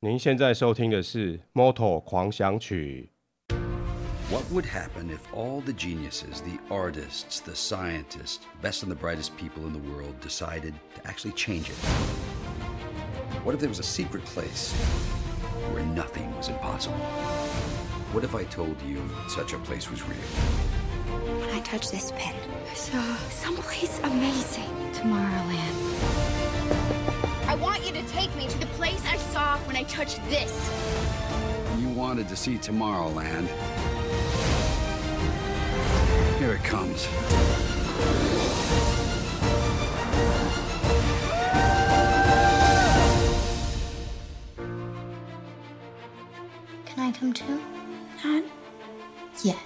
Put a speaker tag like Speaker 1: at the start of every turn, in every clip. Speaker 1: 您现在收听的是《Moto 狂想曲》。
Speaker 2: What would happen if all the geniuses, the artists, the scientists, best and the brightest people in the world decided to actually change it? What if there was a secret place where nothing was impossible? What if I told you such a place was real?
Speaker 3: When I touched this pen, I saw someplace amazing. Tomorrowland.
Speaker 4: I want you to take me to the place I saw when I touched this.
Speaker 2: You wanted to see Tomorrowland. Here it comes.
Speaker 3: Can I come too? Not yet.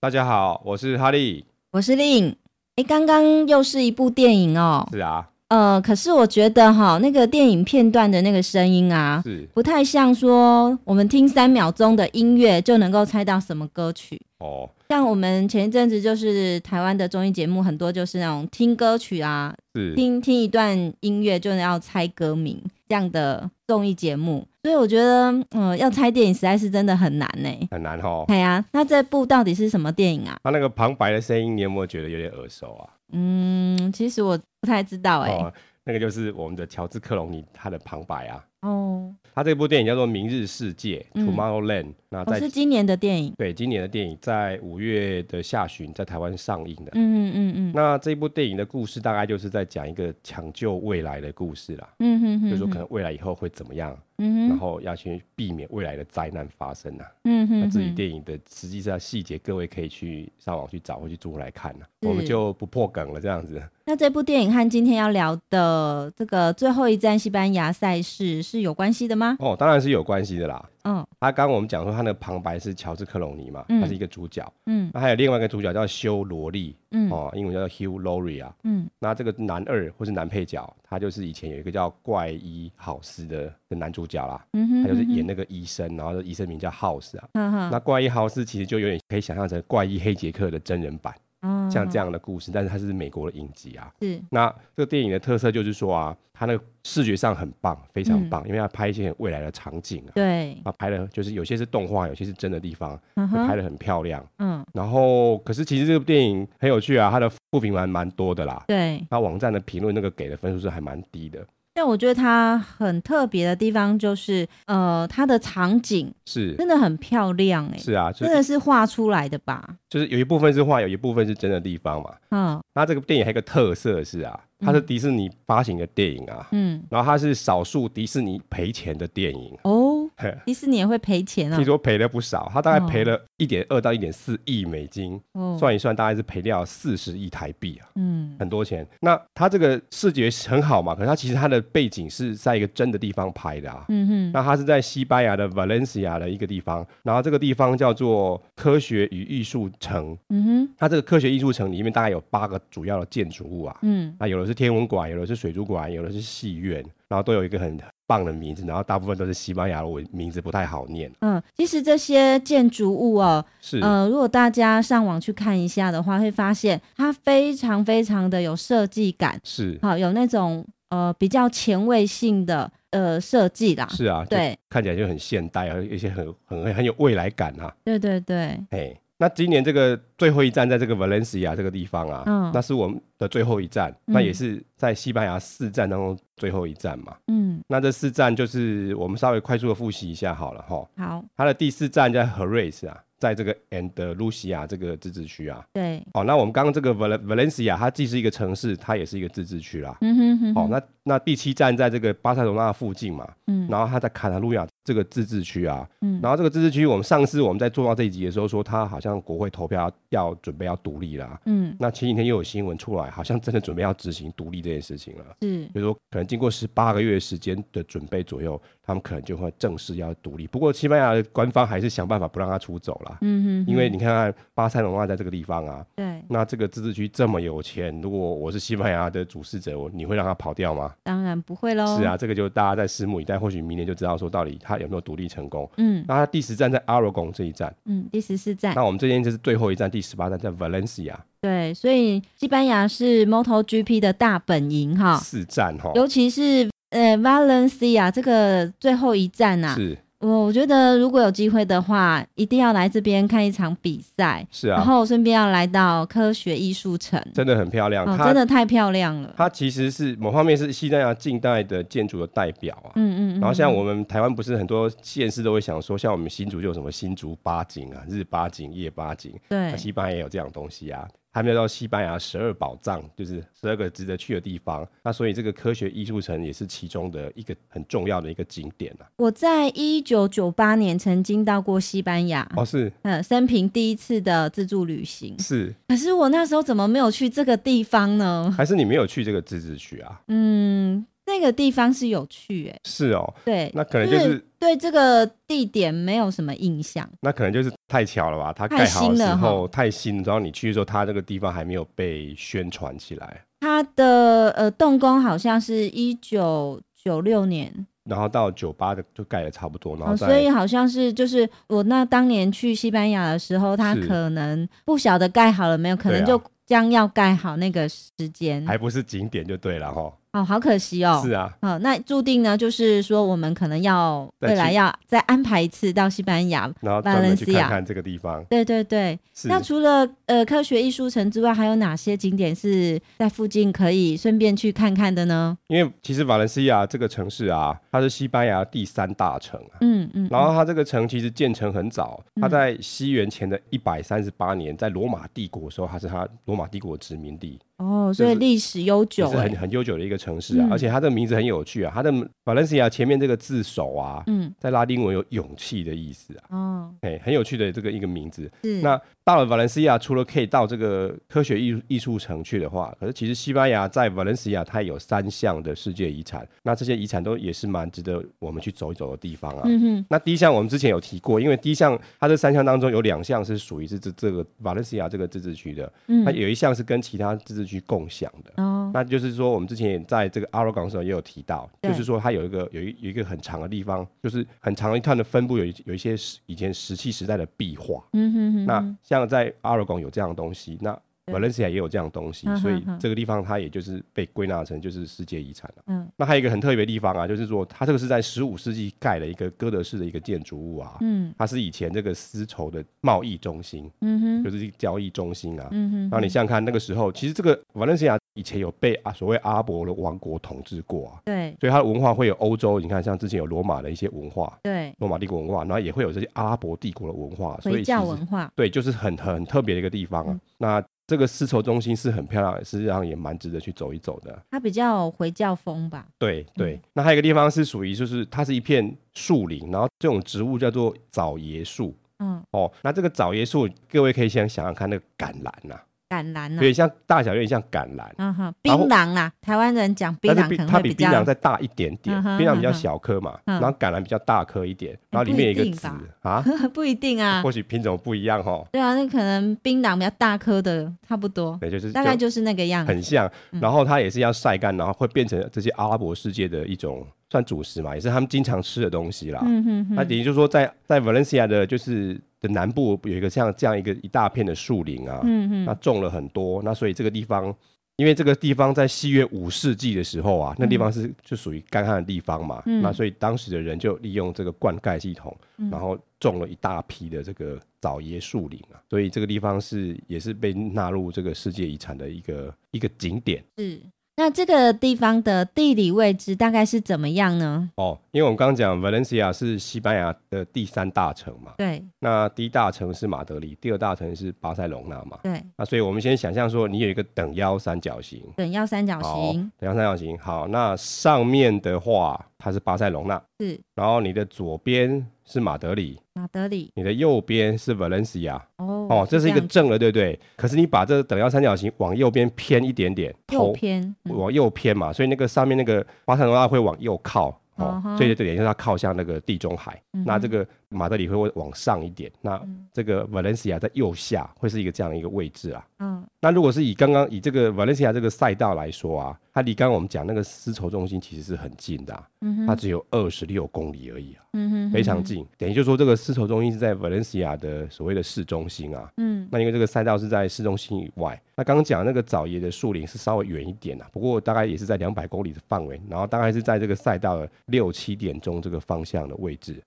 Speaker 1: 大家好，我是哈利。
Speaker 5: 我是令。哎，刚刚又是一部电影哦。
Speaker 1: 是啊，
Speaker 5: 呃，可是我觉得哈，那个电影片段的那个声音啊，
Speaker 1: 是
Speaker 5: 不太像说我们听三秒钟的音乐就能够猜到什么歌曲。
Speaker 1: 哦，
Speaker 5: 像我们前一阵子就是台湾的综艺节目，很多就是那种听歌曲啊，
Speaker 1: 是
Speaker 5: 听听一段音乐就能要猜歌名这样的综艺节目，所以我觉得，嗯、要猜电影实在是真的很难呢、
Speaker 1: 很难哦。
Speaker 5: 哎呀，那这部到底是什么电影啊？
Speaker 1: 他那个旁白的声音，你有没有觉得有点耳熟啊？
Speaker 5: 嗯，其实我不太知道哎、
Speaker 1: 哦，那个就是我们的乔治·克隆尼他的旁白啊。
Speaker 5: 哦，
Speaker 1: 他这部电影叫做《明日世界》
Speaker 5: 嗯
Speaker 1: （Tomorrowland），、那
Speaker 5: 我
Speaker 1: 在
Speaker 5: 是今年的电影。
Speaker 1: 对今年的电影在五月的下旬在台湾上映的。
Speaker 5: 嗯嗯嗯嗯
Speaker 1: 那这部电影的故事大概就是在讲一个抢救未来的故事啦，
Speaker 5: 嗯哼
Speaker 1: 就
Speaker 5: 哼，
Speaker 1: 是说可能未来以后会怎么样，
Speaker 5: 嗯
Speaker 1: 然
Speaker 5: 哼，
Speaker 1: 后要去避免未来的灾难发生啊。
Speaker 5: 嗯
Speaker 1: 那
Speaker 5: 哼
Speaker 1: 至于
Speaker 5: 哼，
Speaker 1: 电影的实际上细节，各位可以去上网去找或去租来看啊
Speaker 5: 是
Speaker 1: 我们就不破梗了，这样子。
Speaker 5: 那这部电影和今天要聊的这个最后一站西班牙赛事是有关系的吗？
Speaker 1: 哦，当然是有关系的啦。
Speaker 5: 嗯
Speaker 1: 他刚刚我们讲说他那个旁白是乔治·克隆尼嘛，
Speaker 5: 嗯
Speaker 1: 他是一个主角。
Speaker 5: 嗯
Speaker 1: 那还有另外一个主角叫修罗利，
Speaker 5: 嗯
Speaker 1: 哦，英文叫做 Hugh Laurie 啊。
Speaker 5: 嗯
Speaker 1: 那这个男二或是男配角，他就是以前有一个叫怪医好斯的的男主角啦。
Speaker 5: 嗯哼，
Speaker 1: 他就是演那个医生，然后这医生名叫 House 啊。
Speaker 5: 嗯哼，
Speaker 1: 那怪医 House 其实就有点可以想象成怪医黑杰克的真人版，
Speaker 5: 那
Speaker 1: 像这样的故事，但是它是美国的影集啊。
Speaker 5: 哦是
Speaker 1: 那这个电影的特色就是说啊，它那个视觉上很棒，非常
Speaker 5: 嗯
Speaker 1: 棒，因为它拍一些很未来的场景啊，
Speaker 5: 对，
Speaker 1: 啊拍的就是有些是动画，有些是真的地方，
Speaker 5: 嗯
Speaker 1: 就拍
Speaker 5: 哼，
Speaker 1: 的很漂亮。
Speaker 5: 嗯
Speaker 1: 然后，可是其实这部电影很有趣啊，它的负评蛮蛮多的啦。
Speaker 5: 对，
Speaker 1: 它网站的评论那个给的分数是还蛮低的，
Speaker 5: 但我觉得它很特别的地方就是，呃，它的场景
Speaker 1: 是
Speaker 5: 真的很漂亮哎、
Speaker 1: 是啊，就
Speaker 5: 真的是画出来的吧？
Speaker 1: 就是有一部分是画，有一部分是真的地方嘛。
Speaker 5: 嗯
Speaker 1: 那这个电影还有一个特色是啊，它是迪士尼发行的电影啊，
Speaker 5: 嗯，
Speaker 1: 然后它是少数迪士尼赔钱的电影，
Speaker 5: 哦
Speaker 1: 嘿，
Speaker 5: 迪士尼也会赔钱啊
Speaker 1: 听、说赔了不少，它大概赔了一点二到一点四亿美金，
Speaker 5: 嗯哦，
Speaker 1: 算一算大概是赔掉四十亿台币啊，
Speaker 5: 嗯
Speaker 1: 很多钱。那它这个视觉很好嘛，可是它其实它的背景是在一个真的地方拍的啊。
Speaker 5: 嗯哼。
Speaker 1: 那它是在西班牙的 Valencia 的一个地方，然后这个地方叫做科学与艺术城。
Speaker 5: 嗯哼，
Speaker 1: 它这个科学艺术城里面大概有八个主要的建筑物啊，
Speaker 5: 嗯
Speaker 1: 啊，有的是天文馆，有的是水族馆，有的是戏院，然后都有一个很棒的名字，然后大部分都是西班牙文，名字不太好念。
Speaker 5: 嗯，其实这些建筑物哦，
Speaker 1: 是，
Speaker 5: 呃，如果大家上网去看一下的话，会发现它非常非常的有设计感，
Speaker 1: 是，
Speaker 5: 好，有那种呃比较前卫性的呃设计啦。
Speaker 1: 是啊，就
Speaker 5: 对，
Speaker 1: 看起来就很现代啊，一些很很很有未来感啊。
Speaker 5: 对对对，
Speaker 1: 哎，那今年这个最后一站在这个 Valencia 这个地方啊，
Speaker 5: 嗯
Speaker 1: 那是我们的最后一站，那也
Speaker 5: 嗯
Speaker 1: 是在西班牙四站当中最后一站嘛。
Speaker 5: 嗯，
Speaker 1: 那这四站就是我们稍微快速的复习一下好了哈。
Speaker 5: 好，
Speaker 1: 它的第四站叫 Jerez 啊，在这个 And Lucia 这个自治区啊。
Speaker 5: 对，
Speaker 1: 哦，那我们刚刚这个 Val- Valencia，它既是一个城市，它也是一个自治区啦。
Speaker 5: 嗯哼哼哼，
Speaker 1: 哦，那那第七站在这个巴塞罗那附近嘛，
Speaker 5: 嗯
Speaker 1: 然后它在卡塔路亚这个自治区啊，
Speaker 5: 嗯
Speaker 1: 然后这个自治区，我们上次我们在做到这一集的时候说，它好像国会投票要准备要独立啦。
Speaker 5: 嗯
Speaker 1: 那前几天又有新闻出来，好像真的准备要执行独立这件事情了。
Speaker 5: 是
Speaker 1: 就是说，可能经过十八个月的时间的准备左右，他们可能就会正式要独立。不过，西班牙的官方还是想办法不让它出走啦，
Speaker 5: 嗯哼哼，
Speaker 1: 因为你看看巴塞罗那在这个地方啊，
Speaker 5: 对，
Speaker 1: 那这个自治区这么有钱，如果我是西班牙的主事者，我你会让他跑掉吗？
Speaker 5: 当然不会喽。
Speaker 1: 是啊，，这个就大家再拭目以待，或许明年就知道说到底他有没有独立成功。
Speaker 5: 嗯
Speaker 1: 那他第十站在阿罗贡这一站，
Speaker 5: 嗯，第十四站
Speaker 1: 那，我们这边就是最后一站，第十八站在 Valencia
Speaker 5: 对，所以西班牙是 MotoGP 的大本营哈，
Speaker 1: 四站哈。
Speaker 5: 尤其是呃，Valencia 这个最后一站啊，
Speaker 1: 是
Speaker 5: 我我觉得如果有机会的话，一定要来这边看一场比赛，
Speaker 1: 是
Speaker 5: 然
Speaker 1: 啊，
Speaker 5: 后顺便要来到科学艺术城，
Speaker 1: 真的很啊漂亮。
Speaker 5: 哦，
Speaker 1: 它
Speaker 5: 真的太漂亮了。
Speaker 1: 它其实是某方面是西班牙近代的建筑的代表啊。
Speaker 5: 嗯嗯嗯。
Speaker 1: 然后像我们台湾不是很多县市都会想说，像我们新竹就有什么新竹八景啊、日八景、夜八景，
Speaker 5: 对
Speaker 1: 那，西班牙也有这样的东西啊。他们叫做西班牙十二宝藏，就是十二个值得去的地方。那所以这个科学艺术城也是其中的一个很重要的一个景点啊。
Speaker 5: 我在一九九八年曾经到过西班牙，
Speaker 1: 哦，是
Speaker 5: 嗯，生平第一次的自助旅行。
Speaker 1: 是，
Speaker 5: 可是我那时候怎么没有去这个地方呢？
Speaker 1: 还是你没有去这个自治区啊？
Speaker 5: 嗯，那个地方是有去、欸，
Speaker 1: 是哦，
Speaker 5: 对，
Speaker 1: 那可能就是
Speaker 5: 对这个地点没有什么印象。
Speaker 1: 那可能就是太巧了吧？它
Speaker 5: 太
Speaker 1: 盖好的
Speaker 5: 新
Speaker 1: 时
Speaker 5: 了
Speaker 1: 候太新，然后你去的时候，它这个地方还没有被宣传起来。
Speaker 5: 它的呃动工好像是一九九六年、
Speaker 1: 然后到酒吧的就盖的差不多，然
Speaker 5: 哦，
Speaker 1: 后
Speaker 5: 所以
Speaker 1: 再
Speaker 5: 好像是就是我那当年去西班牙的时候，它
Speaker 1: 是
Speaker 5: 可能不晓得盖好了没有，可能
Speaker 1: 对啊
Speaker 5: 就将要盖好那个时间。
Speaker 1: 还不是景点就对了哈。
Speaker 5: 哦，好可惜哦。
Speaker 1: 是啊，
Speaker 5: 哦，那注定呢，就是说我们可能要
Speaker 1: 再
Speaker 5: 未来
Speaker 1: 去
Speaker 5: 要再安排一次到西班牙。
Speaker 1: 然后专门去
Speaker 5: Valencia
Speaker 1: 看看这个地方。
Speaker 5: 对对对，
Speaker 1: 是
Speaker 5: 那除了呃科学艺术城之外，还有哪些景点是在附近可以顺便去看看的呢？
Speaker 1: 因为其实瓦伦西亚这个城市啊，它是西班牙第三大城啊。
Speaker 5: 嗯嗯，
Speaker 1: 然后它这个城其实建成很早，它在西元前的一百三十八年，在罗马帝国的时候，它是它罗马帝国的殖民地，
Speaker 5: 哦，所以
Speaker 1: 就是
Speaker 5: 历史悠久
Speaker 1: 也是
Speaker 5: 欸、
Speaker 1: 很很悠久的一个城市啊。
Speaker 5: 嗯
Speaker 1: 而且它的名字很有趣啊，它的瓦伦西亚前面这个字首啊，
Speaker 5: 嗯，
Speaker 1: 在拉丁文有勇气的意思啊，
Speaker 5: 哦，
Speaker 1: 哎，很有趣的这个一个名字。
Speaker 5: 是
Speaker 1: 那到了瓦伦西亚，除了可以到这个科学艺术艺术城去的话，可是其实西班牙在瓦伦西亚它有三项的世界遗产，那这些遗产都也是蛮值得我们去走一走的地方啊。
Speaker 5: 嗯哼，
Speaker 1: 那第一项我们之前有提过，因为第一项它这三项当中有两项是属于是这这个瓦伦西亚这个自治区的，那
Speaker 5: 嗯，
Speaker 1: 有一项是跟其他自治区共享的。
Speaker 5: 哦，
Speaker 1: 那就是说，我们之前也在这个阿拉冈的时候也有提到，
Speaker 5: 对
Speaker 1: 就是说它有一个有一有一个很长的地方，就是很长一段的分布有一有一些石以前石器时代的壁画，
Speaker 5: 嗯哼哼，
Speaker 1: 那
Speaker 5: 哼
Speaker 1: 像在阿拉贡有这样的东西，那
Speaker 5: 对
Speaker 1: Valencia 也有这样的东西
Speaker 5: 嗯，哼
Speaker 1: 所以
Speaker 5: 哼
Speaker 1: 这个地方它也就是被归纳成就是世界遗产了、
Speaker 5: 嗯
Speaker 1: 那还有一个很特别的地方啊，就是说它这个是在十五世纪盖的一个哥德式的一个建筑物啊，
Speaker 5: 嗯
Speaker 1: 它是以前这个丝绸的贸易中心，
Speaker 5: 嗯
Speaker 1: 就
Speaker 5: 哼，
Speaker 1: 是交易中心啊。
Speaker 5: 嗯哼，
Speaker 1: 然后你想想看，那个时候其实这个 Valencia 以前有被啊所谓阿拉伯的王国统治过啊，
Speaker 5: 对
Speaker 1: 所以它的文化会有欧洲，你看像之前有罗马的一些文化，
Speaker 5: 对，
Speaker 1: 罗马帝国文化，然后也会有这些阿拉伯帝国的文化，所以
Speaker 5: 回
Speaker 1: 其
Speaker 5: 教
Speaker 1: 实
Speaker 5: 文化，嗯
Speaker 1: 对，就是很很特别的一个地方啊。那这个丝绸中心是很漂亮，实际上也蛮值得去走一走的。
Speaker 5: 它比较有回教风吧，
Speaker 1: 对对，
Speaker 5: 嗯
Speaker 1: 那还有一个地方是属于就是它是一片树林，然后这种植物叫做枣椰树
Speaker 5: 嗯，
Speaker 1: 哦。那这个枣椰树，各位可以先想想看那个橄榄啊呐、
Speaker 5: 橄榄
Speaker 1: 有
Speaker 5: 呐，
Speaker 1: 点像大小，有点像橄榄。
Speaker 5: 嗯哼，槟
Speaker 1: 然后
Speaker 5: 榔啦，台湾人讲槟
Speaker 1: 但是
Speaker 5: 榔可能
Speaker 1: 它
Speaker 5: 会
Speaker 1: 比槟
Speaker 5: 较
Speaker 1: 榔再大一点点
Speaker 5: 嗯，哼
Speaker 1: 槟榔比较
Speaker 5: 嗯哼
Speaker 1: 小颗嘛，
Speaker 5: 嗯
Speaker 1: 然后橄榄比较大颗一点，然后里
Speaker 5: 不
Speaker 1: 面有
Speaker 5: 一
Speaker 1: 一个
Speaker 5: 定
Speaker 1: 籽
Speaker 5: 吧
Speaker 1: 啊，
Speaker 5: 不一定啊
Speaker 1: 或，许品种不一样哦，
Speaker 5: 对啊，那可能槟榔比较大颗的，差不多，
Speaker 1: 对，就是
Speaker 5: 大概就是那个样子，
Speaker 1: 很像，
Speaker 5: 嗯
Speaker 1: 然后它也是要晒干，然后会变成这些阿拉伯世界的一种算主食嘛，也是他们经常吃的东西啦。
Speaker 5: 嗯哼
Speaker 1: 那
Speaker 5: 哼，
Speaker 1: 也就是说在，在 Valencia 的就是的南部有一个像这样一个一大片的树林啊，
Speaker 5: 嗯
Speaker 1: 那
Speaker 5: 哼，
Speaker 1: 种了很多，那所以这个地方。因为这个地方在西元五世纪的时候啊，那地方是就属于干旱的地方嘛，
Speaker 5: 嗯
Speaker 1: 那所以当时的人就利用这个灌溉系统，然后种了一大批的这个枣椰树林啊，所以这个地方是也是被纳入这个世界遗产的一个一个景点
Speaker 5: 是。那这个地方的地理位置大概是怎么样呢？
Speaker 1: 哦。因为我们刚刚讲 Valencia 是西班牙的第三大城嘛，
Speaker 5: 对
Speaker 1: 那第一大城是马德里，第二大城是巴塞隆纳嘛，
Speaker 5: 对，
Speaker 1: 那所以我们先想象说，你有一个等腰三角形，
Speaker 5: 等腰三角
Speaker 1: 好
Speaker 5: 形，，
Speaker 1: 等腰三角形。好，那上面的话它是巴塞隆纳，
Speaker 5: 是
Speaker 1: 然后你的左边是马德里，
Speaker 5: 马德里
Speaker 1: 你的右边是 Valencia。
Speaker 5: 哦
Speaker 1: 哦，这是一个
Speaker 5: 样子
Speaker 1: 正了，对不对？可是你把这个等腰三角形往右边偏一点点，
Speaker 5: 右
Speaker 1: 头
Speaker 5: 偏，嗯
Speaker 1: 往右偏嘛，所以那个上面那个巴塞罗那会往右靠。
Speaker 5: 嗯
Speaker 1: 哦，
Speaker 5: 哼
Speaker 1: 所以这点就是它靠向那个地中海。
Speaker 5: 嗯哼
Speaker 1: 那这个马德里会往上一点，那
Speaker 5: 嗯
Speaker 1: 这个 Valencia 在右下会是一个这样一个位置啊。
Speaker 5: 嗯
Speaker 1: 那如果是以刚刚以这个 Valencia 这个赛道来说啊，它离刚刚我们讲那个丝绸中心其实是很近的、啊，
Speaker 5: 嗯哼
Speaker 1: 它只有二十六公里而已啊，
Speaker 5: 嗯哼，
Speaker 1: 非常近。等于就说这个丝绸中心是在 Valencia 的所谓的市中心啊，
Speaker 5: 嗯，
Speaker 1: 那因为这个赛道是在市中心以外，那刚刚讲那个枣爷的树林是稍微远一点啊啦、不过大概也是在两百公里的范围，然后大概是在这个赛道的六七点钟这个方向的位置。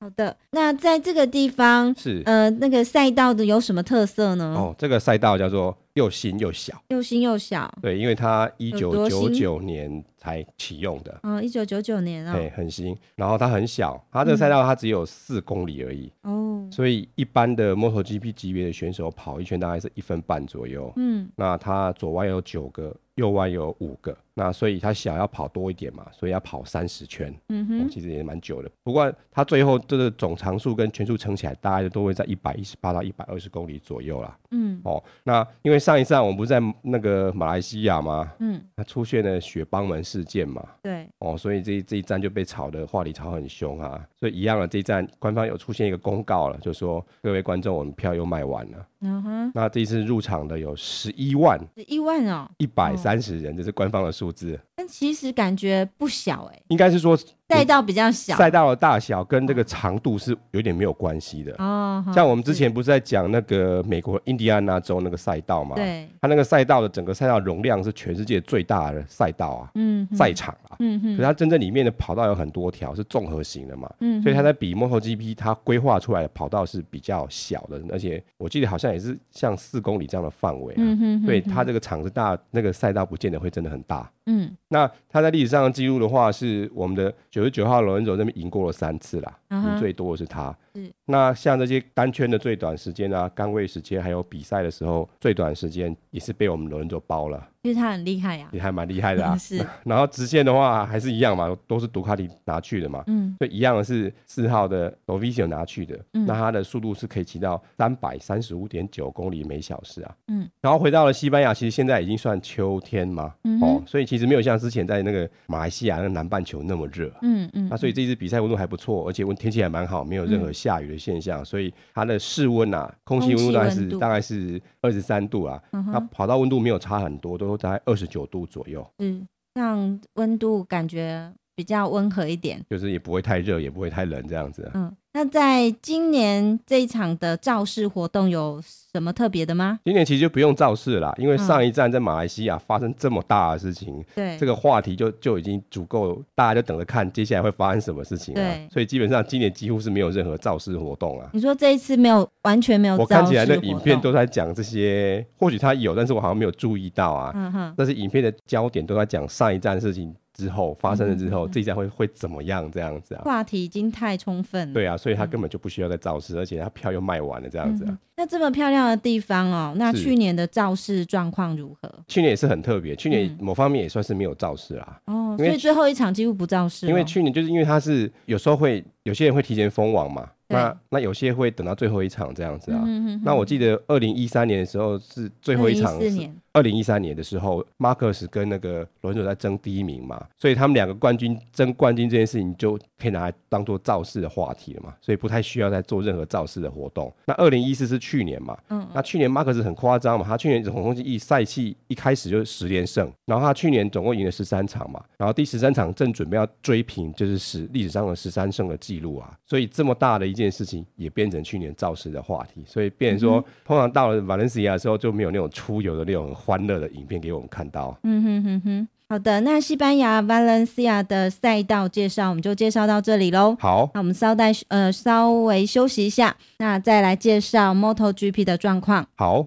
Speaker 5: 好的。那在这个地方，
Speaker 1: 是、
Speaker 5: 呃，那个赛道的有什么特色呢？
Speaker 1: 哦，这个赛道叫做又新又小，
Speaker 5: 又新又小，
Speaker 1: 对，因为它一
Speaker 5: 有
Speaker 1: 九
Speaker 5: 多
Speaker 1: 九
Speaker 5: 新
Speaker 1: 九年才启用的。
Speaker 5: 嗯、哦，一九九九年啊、
Speaker 1: 对，很新。然后它很小，它这个赛道它只有四公里而已，
Speaker 5: 哦，
Speaker 1: 所以一般的 MotoGP 级别的选手跑一圈大概是一分半左右。
Speaker 5: 嗯
Speaker 1: 那它左弯有九个，右弯有五个，那所以它想要跑多一点嘛，所以要跑三十圈，
Speaker 5: 嗯
Speaker 1: 哦
Speaker 5: 哼，
Speaker 1: 其实也蛮久的。不过它最后这个总长数跟圈数乘起来，大概都会在一百一十八到一百二十公里左右啦。
Speaker 5: 嗯
Speaker 1: 哦，那因为上一站我们不是在那个马来西亚吗？
Speaker 5: 嗯，
Speaker 1: 它出现了雪邦门事件嘛，
Speaker 5: 对，
Speaker 1: 哦，所以这一这一站就被炒的话题炒很凶啊，所以一样的这一站官方有出现一个公告了，就说各位观众，我们票又卖完了。
Speaker 5: 嗯哼，
Speaker 1: 那这一次入场的有十一万
Speaker 5: 十一万哦，
Speaker 1: 一百三十人，这是官方的数字，
Speaker 5: 但其实感觉不小哎、
Speaker 1: 应该是说
Speaker 5: 赛道比较小，
Speaker 1: 赛道的大小跟这个长度是有点没有关系的。
Speaker 5: 哦，好
Speaker 1: 像我们之
Speaker 5: 是
Speaker 1: 前不是在讲那个美国印第安纳州那个赛道嘛，
Speaker 5: 对，
Speaker 1: 它那个赛道的整个赛道容量是全世界最大的赛道啊，
Speaker 5: 嗯哼
Speaker 1: 赛场啊。
Speaker 5: 嗯
Speaker 1: 可
Speaker 5: 哼，
Speaker 1: 是它真正里面的跑道有很多条，是综合型的嘛，
Speaker 5: 嗯哼，
Speaker 1: 所以它在比 MotoGP 它规划出来的跑道是比较小的，而且我记得好像也是像四公里这样的范围、啊，
Speaker 5: 嗯哼，
Speaker 1: 所以
Speaker 5: 嗯
Speaker 1: 它
Speaker 5: 哼
Speaker 1: 这个场子大，那个赛道不见得会真的很大。
Speaker 5: 嗯
Speaker 1: 那它在历史上的记录的话，是我们的九十九号罗恩佐那边赢过了三次啦，
Speaker 5: 嗯哼
Speaker 1: 赢最多的是他
Speaker 5: 是。
Speaker 1: 那像这些单圈的最短时间啊、杆位时间，还有比赛的时候最短时间，也是被我们罗恩佐包了，
Speaker 5: 其实他很厉害呀、
Speaker 1: 也还蛮厉害的啊。
Speaker 5: 是，
Speaker 1: 然后直线的话还是一样嘛，都是杜卡迪拿去的嘛。
Speaker 5: 嗯
Speaker 1: 所以一样的是四号的 Novizio 拿去的，
Speaker 5: 嗯
Speaker 1: 那它的速度是可以骑到三百三十五点九公里每小时啊。
Speaker 5: 嗯，
Speaker 1: 然后回到了西班牙，其实现在已经算秋天嘛，
Speaker 5: 嗯
Speaker 1: 哦
Speaker 5: 哼，
Speaker 1: 所以其实没有像之前在那个马来西亚那个南半球那么热。
Speaker 5: 嗯 嗯，
Speaker 1: 那啊所以这次比赛温度还不错，而且温天气还蛮好，没有任何下雨的现象，所以它的室温啊，空气温度大概
Speaker 5: 嗯空气
Speaker 1: 是
Speaker 5: 温度
Speaker 1: 大概是二十三度啊，
Speaker 5: 嗯
Speaker 1: 那
Speaker 5: 哼
Speaker 1: 跑道温度没有差很多，都大概二十九度左右，
Speaker 5: 是嗯让温度感觉比较温和一点。
Speaker 1: 就是也不会太热，也不会太冷这样子啊、
Speaker 5: 嗯，那在今年这一场的造势活动有什么特别的吗？
Speaker 1: 今年其实就不用造势啦，因为上一站在马来西亚发生这么大的事情，
Speaker 5: 嗯对，
Speaker 1: 这个话题就就已经足够，大家就等着看接下来会发生什么事情啊
Speaker 5: 对。
Speaker 1: 所以基本上今年几乎是没有任何造势活动啊。
Speaker 5: 你说这一次没有完全没有
Speaker 1: 我
Speaker 5: 造
Speaker 1: 看
Speaker 5: 势
Speaker 1: 起来那
Speaker 5: 活
Speaker 1: 影片
Speaker 5: 动
Speaker 1: 都在讲这些，或许他有，但是我好像没有注意到啊。
Speaker 5: 嗯哼，
Speaker 1: 但是影片的焦点都在讲上一站的事情之后发生了之
Speaker 5: 嗯
Speaker 1: 后，这一站会会怎么样这样子啊？
Speaker 5: 话题已经太充分了。
Speaker 1: 对啊，所以他根本就不需要再造势，而且他票又卖完了这样子啊。
Speaker 5: 嗯那这么漂亮的地方哦，那
Speaker 1: 是
Speaker 5: 去年的造势状况如何？
Speaker 1: 去年也是很特别，去年
Speaker 5: 嗯
Speaker 1: 某方面也算是没有造势啊。
Speaker 5: 哦，
Speaker 1: 因
Speaker 5: 所
Speaker 1: 为
Speaker 5: 以最后一场几乎不造势、哦，
Speaker 1: 因为去年就是因为他是有时候会有些人会提前封网嘛，
Speaker 5: 对
Speaker 1: 那那有些会等到最后一场这样子啊。
Speaker 5: 嗯哼
Speaker 1: 那我记得二零一三年的时候是最后一场
Speaker 5: 2014
Speaker 1: 是
Speaker 5: 年，
Speaker 1: 二零一三年的时候，马克斯跟那个罗恩佐在争第一名嘛，所以他们两个冠军争冠军这件事情就可以拿来当做造势的话题了嘛，所以不太需要再做任何造势的活动。那二零一四是去年嘛，
Speaker 5: 嗯
Speaker 1: 那去年马克斯很夸张嘛，他去年总共是一赛季一开始就是十连胜，然后他去年总共赢了十三场嘛，然后第十三场正准备要追平就是史历史上的十三胜的记录啊，所以这么大的一件事情也变成去年造势的话题，所以变成说、通常到了 Valencia 的时候就没有那种出游的那种很欢乐的影片给我们看到。
Speaker 5: 嗯哼哼哼，好的，那西班牙 Valencia 的赛道介绍我们就介绍到这里喽。
Speaker 1: 好，
Speaker 5: 那我们稍待呃稍微休息一下，那再来介绍 MotoGP 的状况。
Speaker 1: 好，